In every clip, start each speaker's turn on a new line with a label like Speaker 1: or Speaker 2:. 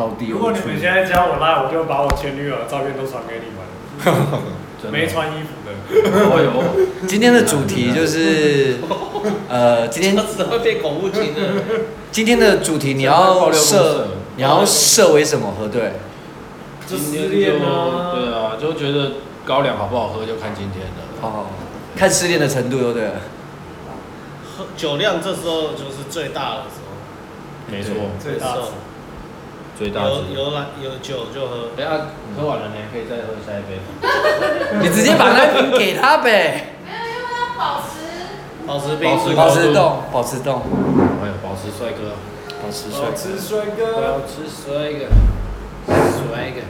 Speaker 1: 到底
Speaker 2: 如果你们现在加我赖，我就把我前女友的照片都传给你们，没穿衣服的。
Speaker 3: 哦 哟，
Speaker 1: 今天的主题 就是，呃， 今天
Speaker 3: 这只会变恐怖情人。
Speaker 1: 今天的主题你要设你要设为什么核对？
Speaker 2: 就失恋啊
Speaker 3: 对啊，就觉得高粱好不好喝就看今天的。
Speaker 1: 哦，看失恋的程度就对了。
Speaker 4: 喝酒量这时候就是最大的时候，
Speaker 3: 没错，
Speaker 2: 最大
Speaker 4: 的时候
Speaker 3: 最大
Speaker 4: 有
Speaker 3: 值。
Speaker 4: 有来有酒就喝，
Speaker 3: 等一下喝完了呢，可以再喝下一杯吗？
Speaker 1: 你直接把那瓶给他呗，
Speaker 5: 没有，因为要保持
Speaker 4: 保持冰
Speaker 3: 保持
Speaker 1: 保持动，保持动，
Speaker 3: 哎呦，保持帅哥，
Speaker 1: 保持
Speaker 2: 我
Speaker 1: 帅。
Speaker 2: 哦吃帅哥，
Speaker 3: 持帅哥，帅哥。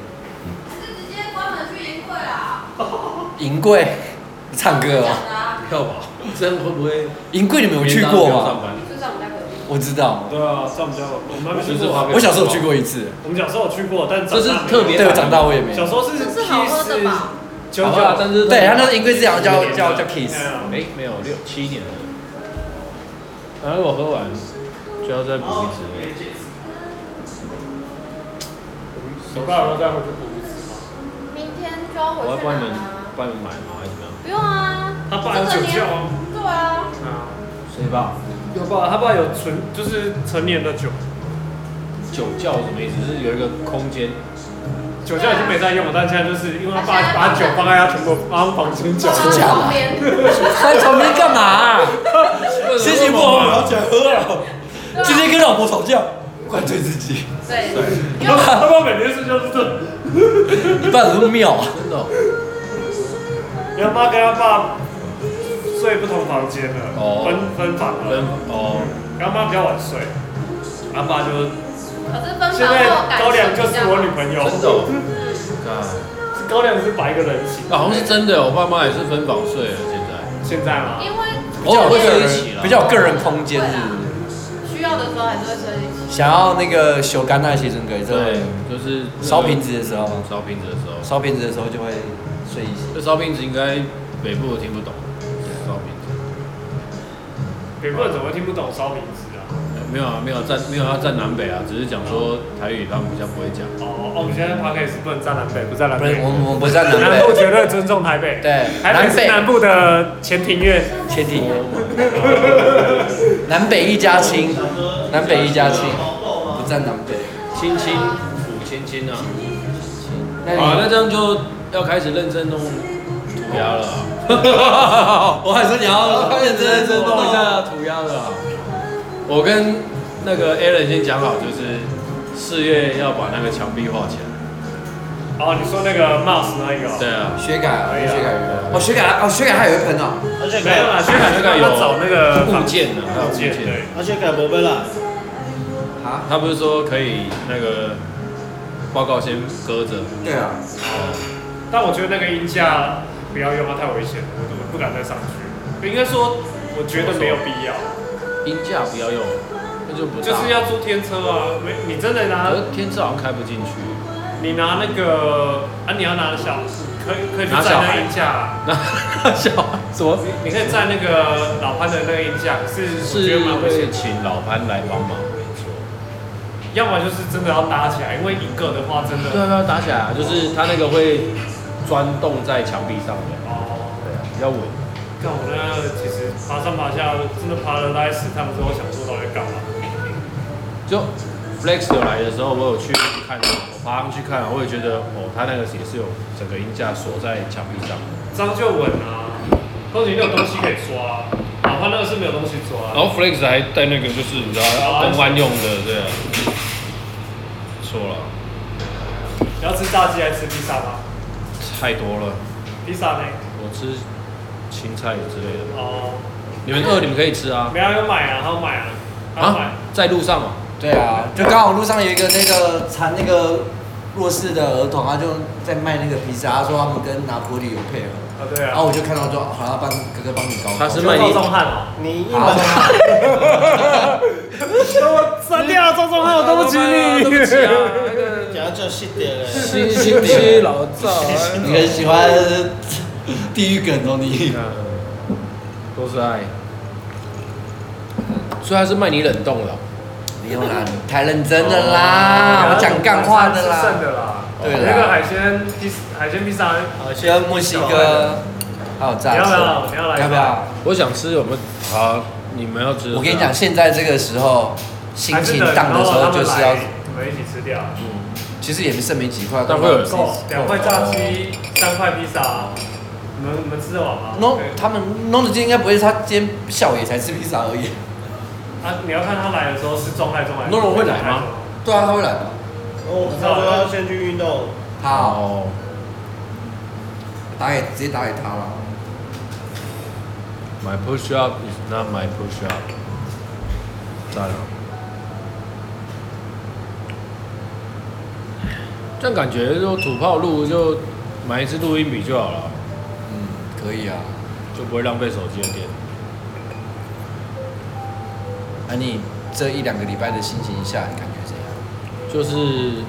Speaker 5: 还是直接关门去银柜啊？
Speaker 1: 银柜，唱歌哦。
Speaker 5: 啊？
Speaker 3: 不要吧， 这样会不会？
Speaker 1: 银柜你们有去过吗？
Speaker 3: 班，
Speaker 5: 就在我们家隔壁。
Speaker 1: 我知道，
Speaker 2: 对啊，算不了，我们还没去
Speaker 3: 就是
Speaker 2: 过。啊
Speaker 3: 旁边
Speaker 1: 我小时候有去过一次，
Speaker 2: 我们小时候有去过，但长
Speaker 3: 这是
Speaker 2: 大没有
Speaker 3: 特别
Speaker 1: 对我长大我也没。
Speaker 2: 小时候是
Speaker 5: 这是好喝的吧？
Speaker 2: 九
Speaker 3: 好吧，但
Speaker 2: 九，
Speaker 3: 是
Speaker 1: 对，他那个银柜是叫叫叫叫 Kiss，
Speaker 3: 哎，没有六七年了。然后我喝完就要再补一支。
Speaker 2: 你爸有再回去补一次吗？
Speaker 5: 明天就要
Speaker 3: 我
Speaker 5: 回
Speaker 3: 要
Speaker 5: 去
Speaker 3: 帮你们帮
Speaker 5: 拿啊。
Speaker 3: 你们买吗？还是怎么样？
Speaker 5: 不用啊。
Speaker 2: 他爸有酒窖啊
Speaker 5: 这个年对啊。
Speaker 3: 谁吧？
Speaker 2: 有吧？他爸有纯就是成年的酒，
Speaker 3: 酒窖什么意思？是有一个空间，
Speaker 2: 酒窖已经没在用了，但现在就是因为他爸把酒放在他全部他房间角
Speaker 5: 放
Speaker 2: 落，
Speaker 5: 在旁边。
Speaker 1: 他在旁边干 嘛？啊心情不好，我好想喝了。
Speaker 5: 对啊
Speaker 1: 今天跟老婆吵架，怪罪自己，
Speaker 5: 对。
Speaker 2: 他爸他爸每天睡觉就是这。
Speaker 1: 你爸怎么那么妙啊？
Speaker 3: 真的哦。
Speaker 2: 你他妈跟他爸睡不同房间了，
Speaker 3: 哦
Speaker 2: 分分房
Speaker 3: 跟
Speaker 2: 了。
Speaker 3: 哦，
Speaker 2: 他妈比较晚睡，他爸就
Speaker 5: 可是分
Speaker 2: 现
Speaker 5: 房
Speaker 2: 在
Speaker 5: 后感
Speaker 2: 高粱
Speaker 5: 情
Speaker 2: 就是我女朋友，
Speaker 3: 真的哦。啊，
Speaker 2: 高粱是把一个人形。
Speaker 3: 好像是真的哦，我爸妈也是分房睡了，现在。
Speaker 2: 现在吗？
Speaker 5: 因为
Speaker 1: 偶尔会有
Speaker 3: 比较有一起
Speaker 1: 人
Speaker 3: 啦
Speaker 1: 比较有个人空间，是不是？
Speaker 5: 需要的时候还是会生一起。
Speaker 1: 想要那个修干那些真格，
Speaker 3: 对
Speaker 1: 这，
Speaker 3: 就是那个
Speaker 1: 烧瓶子的时候，
Speaker 3: 烧瓶子的时候，
Speaker 1: 烧瓶子的时候就会睡一起。
Speaker 3: 这烧瓶子应该北部都听不懂。烧瓶子
Speaker 2: 北部人怎么会听不懂烧饼子啊？
Speaker 3: 呃没有啊，没有站，没有要站南北啊，只是讲说台语他们比较不会讲。
Speaker 2: 哦，我们现在 p o d c a s 不能站南北，不站南
Speaker 1: 不是，
Speaker 2: 北
Speaker 1: 我。们我们不在南
Speaker 2: 南
Speaker 1: 北，
Speaker 2: 部绝对尊重台北，
Speaker 1: 对
Speaker 2: 台北
Speaker 1: 南北
Speaker 2: 是南部的前庭院，
Speaker 1: 确定？南北一家亲，南北一家亲，不在南北。
Speaker 3: 亲亲，抚亲亲啊！
Speaker 1: 那
Speaker 3: 好，那
Speaker 1: 你
Speaker 3: 这样就要开始认真弄涂鸦了啊。
Speaker 1: 我还说你要认真认真弄一下。
Speaker 3: 涂鸦了啊。我跟那个 Alan 先讲好，就是四月要把那个墙壁画起来。
Speaker 2: 哦，你说那个 mouse 那一个哦，
Speaker 3: 对啊，
Speaker 1: 薛凯啊，
Speaker 2: 可以啊
Speaker 1: 薛凯鱼哦，薛凯啊哦，薛凯还有一盆哦，
Speaker 4: 而且
Speaker 2: 没有啦，薛
Speaker 4: 改，
Speaker 2: 凯薛凯要找那个
Speaker 3: 物件呢，还有
Speaker 2: 房
Speaker 3: 物
Speaker 2: 间，
Speaker 3: 件。
Speaker 2: 对，
Speaker 4: 而且改不会啦，
Speaker 1: 啊，
Speaker 3: 他不是说可以那个报告先搁着，
Speaker 1: 对啊，
Speaker 2: 但我觉得那个音架不要用，它太危险了，我都不敢再上去。应该说，我觉得没有必要，
Speaker 3: 音架不要用，那就不大
Speaker 2: 就是要租天车啊。没，你真的拿
Speaker 3: 可是天赐好像开不进 去，
Speaker 2: 你拿那个啊，你要拿小，可以可以去
Speaker 3: 拿
Speaker 2: 站
Speaker 3: 小孩
Speaker 2: 那个音架啊，
Speaker 3: 那小孩什么？
Speaker 2: 你可以站那个老潘的那个音架，可是我觉
Speaker 3: 是
Speaker 2: 得蛮危险
Speaker 3: 会
Speaker 2: 的。
Speaker 3: 请老潘来帮忙，没错。
Speaker 2: 要么就是真的要搭起来，因为一个的话真
Speaker 3: 对
Speaker 2: 的
Speaker 3: 啊，对啊，打起来啊，就是他那个会钻洞在墙壁上的，
Speaker 2: 哦，
Speaker 3: 对啊，比较稳。
Speaker 2: 看我那个其实爬上爬下，真的爬了大概十趟之后，想说到底干嘛？
Speaker 3: 就 Flex 有来的时候，我有去看，我爬上去看，我也觉得哦，它那个也是有整个音架锁在墙壁上的。
Speaker 2: 张就稳啊，或者你有东西可以抓，老潘那个是没有东西抓啊。
Speaker 3: 然后 Flex 还带那个就是你知道
Speaker 2: 要
Speaker 3: 公安用的，对啊，错了，
Speaker 2: 你要吃炸鸡还是吃披萨吗？
Speaker 3: 太多了，
Speaker 2: 披萨呢？
Speaker 3: 我吃青菜之类的吧。
Speaker 2: 哦，
Speaker 3: 你们饿你们可以吃啊，
Speaker 2: 没有，有买啊，他有买啊，他有买。，
Speaker 3: 在路上哦，
Speaker 1: 对啊，就刚好路上有一个那个残那个弱势的儿童，他就在卖那个披萨，他说他们跟拿破里有配合，
Speaker 2: 啊，对
Speaker 1: 然
Speaker 2: 啊。
Speaker 1: 后我就看到说，好，要帮哥哥帮你搞，
Speaker 3: 他是卖
Speaker 2: 卖
Speaker 3: 你
Speaker 2: 赵忠汉哦，
Speaker 4: 你一
Speaker 1: 好
Speaker 4: 买，
Speaker 2: 我删掉了赵忠汉，我对不起你。
Speaker 3: 对不起啊，那个
Speaker 4: 讲到这细点 嘞，
Speaker 3: 新新区老赵啊，
Speaker 1: 你很喜欢地狱梗哦，你
Speaker 3: 都是爱，所以他是卖你冷冻的哦。
Speaker 1: 你没有啦，你太认真了啦，啊我讲干话的
Speaker 2: 吃剩
Speaker 1: 啦。
Speaker 2: 的啦，
Speaker 1: 对啊啦
Speaker 2: 啊那个海鲜披海鲜披萨，
Speaker 4: 好，先
Speaker 1: 跟墨西哥还有炸
Speaker 2: 你要不要
Speaker 1: 鸡
Speaker 2: 你要来一
Speaker 1: 要不要？
Speaker 3: 我想吃有没有？好，你们要吃？
Speaker 1: 我跟你讲，，现在这个时候心
Speaker 2: 还是
Speaker 1: 情
Speaker 2: 等
Speaker 1: 荡的时
Speaker 2: 然
Speaker 1: 候
Speaker 2: 后他
Speaker 1: 就
Speaker 2: 们
Speaker 1: 是
Speaker 2: 来
Speaker 1: 要，
Speaker 2: 我们一起吃掉，
Speaker 1: 其实也没剩没几块，
Speaker 3: 但会有人
Speaker 2: 够两块炸鸡，三块披萨，你们你们吃得完吗？
Speaker 1: 弄
Speaker 2: 可以
Speaker 1: 他们弄的今天应该不会是他今天下午也才吃披萨而 已。
Speaker 2: 啊，你要看他来的时候是中来中来。
Speaker 1: 诺龙会来吗？对啊，他会来吗？
Speaker 4: 我哦他说要先去运动，
Speaker 1: 好，
Speaker 3: 哦，
Speaker 1: 打给直接打给他了。
Speaker 3: My push up is not my push up。赞了。这样感觉就土炮录就买一支录音笔就好了，
Speaker 1: 嗯，可以啊。
Speaker 3: 就不会浪费手机的电。
Speaker 1: 啊那、你这一两个礼拜的心情下，你感觉怎样？
Speaker 3: 就是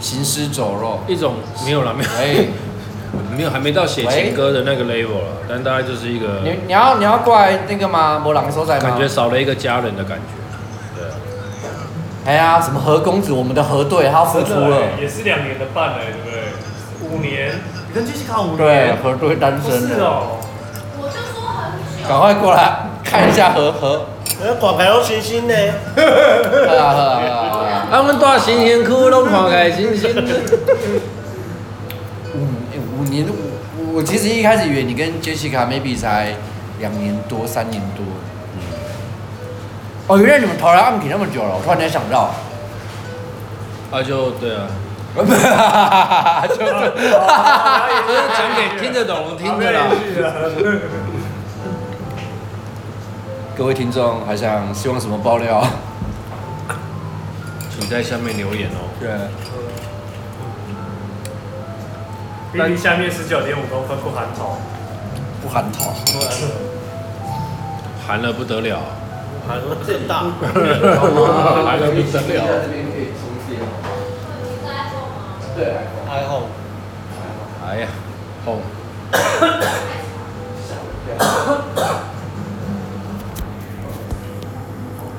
Speaker 1: 行尸走 肉。哎
Speaker 3: 一种没有啦，没有，
Speaker 1: 喂，
Speaker 3: 没有还没到写情歌的那个 level 了，但大概就是一个
Speaker 1: 你你要你要过来那个吗？博朗收仔吗？
Speaker 3: 感觉少了一个家人的感觉。对啊，
Speaker 1: 哎呀，什么何公子，我们的哎何队他要复出
Speaker 2: 真的
Speaker 1: 了
Speaker 2: 欸，也是两年的半了欸，对不对？五年，你跟杰西卡五
Speaker 1: 对，
Speaker 2: 年，
Speaker 1: 何队单
Speaker 2: 不
Speaker 1: 身
Speaker 2: 是
Speaker 1: 了，
Speaker 2: 哦，
Speaker 5: 我就说很久。
Speaker 1: 赶快过来看一下何何，
Speaker 4: 哎，广牌要全新呢，
Speaker 1: 呵啊呵啊呵啊呵啊，
Speaker 3: 他们大辛辛苦都看开心心的。
Speaker 1: 五哎五年，我我其实一开始以为你跟 Jessica maybe 才两年多三年多，哦，原来你们逃来暗体那么久了，我突然间想到，
Speaker 3: 啊，就对啊，
Speaker 1: 哈哈哈哈就
Speaker 3: 讲给听得 懂、听得啦。
Speaker 1: 各位听众还想希望什么爆料？
Speaker 3: 请在下面留言哦。
Speaker 1: 对，
Speaker 2: 比你下面十九点五公分不含头，
Speaker 1: 不喊逃。
Speaker 3: 寒了不得了，
Speaker 4: 好像这大，
Speaker 3: 寒了不得
Speaker 1: 在
Speaker 3: 了，
Speaker 1: 这边可以充电。
Speaker 5: 你在做吗？
Speaker 1: 对，
Speaker 4: 还好，
Speaker 3: 哎呀，痛。